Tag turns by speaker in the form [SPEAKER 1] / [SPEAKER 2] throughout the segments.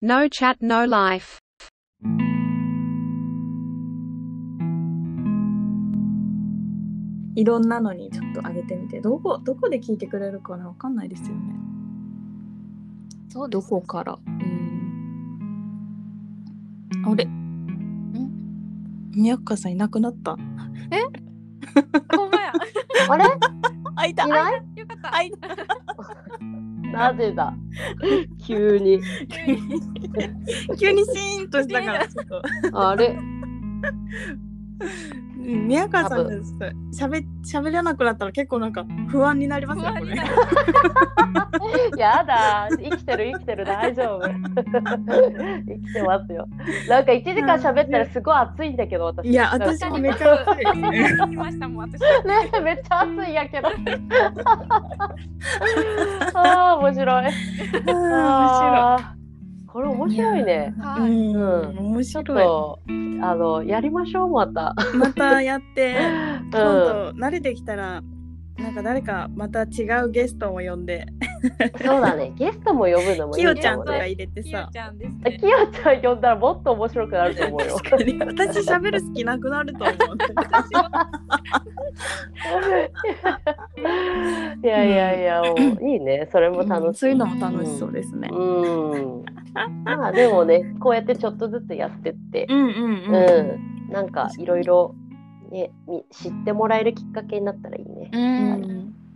[SPEAKER 1] No chat no life.
[SPEAKER 2] いろんなのにちょっと上げてみてどこどこで聞いてくれるかなわかんないですよね
[SPEAKER 3] そうで
[SPEAKER 2] ど
[SPEAKER 3] す
[SPEAKER 2] こからうんあれん宮川さんいなくなった
[SPEAKER 3] ほんまや
[SPEAKER 4] あれ
[SPEAKER 2] あいた
[SPEAKER 4] いない
[SPEAKER 3] よかった
[SPEAKER 2] あいた
[SPEAKER 4] なぜだ急に。
[SPEAKER 3] 急に
[SPEAKER 2] 急にシーンとしたからちょっと
[SPEAKER 4] あれ
[SPEAKER 2] うん宮川さんがちょっと喋喋れなくなったら結構なんか不安になり ます
[SPEAKER 3] 不
[SPEAKER 2] ねこ
[SPEAKER 3] 安に
[SPEAKER 2] れ
[SPEAKER 3] なる
[SPEAKER 4] やだ生きてる生きてる大丈夫生きてますよなんか1時間喋ったらすごい暑いんだけど私
[SPEAKER 2] いや
[SPEAKER 4] なんか
[SPEAKER 2] 私も
[SPEAKER 4] ね
[SPEAKER 2] めっちゃ暑い
[SPEAKER 3] 聞きましたもん私
[SPEAKER 4] めっちゃ暑いやけど あー面白 い
[SPEAKER 2] あ
[SPEAKER 4] あーこれ面白いね
[SPEAKER 2] ー
[SPEAKER 3] は
[SPEAKER 2] 面白い
[SPEAKER 3] い、
[SPEAKER 2] うん面
[SPEAKER 4] ちょっ
[SPEAKER 2] 白
[SPEAKER 4] とあのやりましょうまた、
[SPEAKER 2] いまたやって
[SPEAKER 4] うん、
[SPEAKER 2] 今度慣れてきたらなんか誰かまた違うゲストも呼んで
[SPEAKER 4] そうだねゲストも呼ぶのもい
[SPEAKER 2] き
[SPEAKER 4] い
[SPEAKER 2] よ
[SPEAKER 4] か
[SPEAKER 2] ちゃん
[SPEAKER 4] も
[SPEAKER 2] とか
[SPEAKER 4] ね
[SPEAKER 2] 入れて
[SPEAKER 3] きよ
[SPEAKER 2] さ
[SPEAKER 3] ちゃんです
[SPEAKER 4] あ
[SPEAKER 3] ね
[SPEAKER 4] きよちゃん呼んだらもっと面白くなると思うよ
[SPEAKER 2] 確かに私喋る好きなくなると思う
[SPEAKER 3] 私も
[SPEAKER 4] いやいやいや、もういいねそれも楽しい、
[SPEAKER 2] うんそういうのも楽しそうですね
[SPEAKER 4] うん。まあでもね、こうやってちょっとずつやってって、
[SPEAKER 2] うんうん
[SPEAKER 4] う
[SPEAKER 2] う
[SPEAKER 4] ん、
[SPEAKER 2] ん
[SPEAKER 4] なんかいろいろね、み知ってもらえるきっかけになったらいいね。
[SPEAKER 3] うん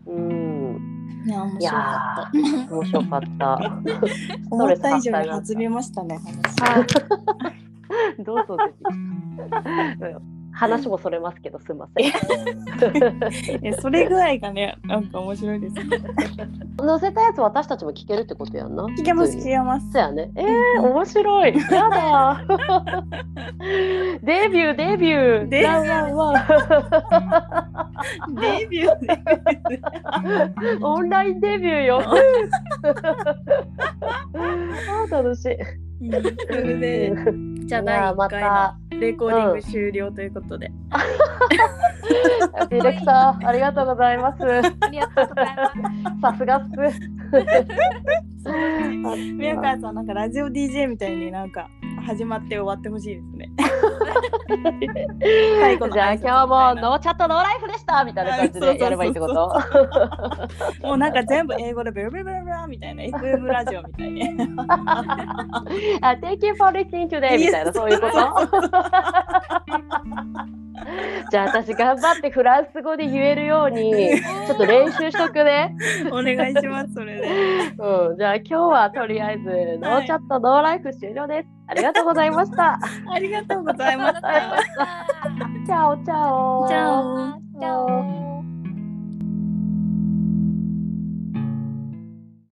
[SPEAKER 2] mm.
[SPEAKER 4] うん。
[SPEAKER 2] いや面
[SPEAKER 4] い
[SPEAKER 2] 白
[SPEAKER 4] や
[SPEAKER 2] か
[SPEAKER 4] ー、面白かった。
[SPEAKER 2] った 思った以上に弾みましたね話
[SPEAKER 4] どうぞぜひ。話もそれますけど、すみません。
[SPEAKER 2] えそれぐらいがねなんか面白いですね
[SPEAKER 4] 載せたやつ私たちも聞けるってことやんな。
[SPEAKER 2] 聞けます
[SPEAKER 4] 普
[SPEAKER 2] 聞
[SPEAKER 4] 通に
[SPEAKER 2] けます
[SPEAKER 4] そうやね。えー、面白い。やだー。デビュー、デビュー。
[SPEAKER 2] デビュー
[SPEAKER 4] わ わわ
[SPEAKER 2] デビューね
[SPEAKER 4] オンラインデビューよ。あー楽しい。
[SPEAKER 2] うんそれでじゃあ
[SPEAKER 4] いや
[SPEAKER 2] 第
[SPEAKER 4] ーま
[SPEAKER 2] 1
[SPEAKER 4] た
[SPEAKER 2] 回のレコーディング終了ということで
[SPEAKER 4] ディレクターありがとうござ います。
[SPEAKER 3] ありがとうございます
[SPEAKER 4] さすがっす。
[SPEAKER 2] 宮川さんなんかラジオ DJ みたいになんか始まって終わってほしいですね。最後の
[SPEAKER 4] じゃあ
[SPEAKER 2] 挨拶み
[SPEAKER 4] 今
[SPEAKER 2] たいな
[SPEAKER 4] 日もノーチャットノーライフでしたみたいな感じでやればいいってこと。
[SPEAKER 2] もうなんか全部英語でブルブルブルブルみたいな FM ラジオみたいに。
[SPEAKER 4] あ、Thank you for listening today みたいな、そういう ことじゃあ私頑張ってフランス語で言えるように、ちょっと練習しとくね。
[SPEAKER 2] お願いしますそれで。
[SPEAKER 4] うん、じゃあ今日はとりあえず、ノーチャットノーライフ終了です。ありがとうございました。
[SPEAKER 2] ありがとうございました。
[SPEAKER 4] チャオチャオ。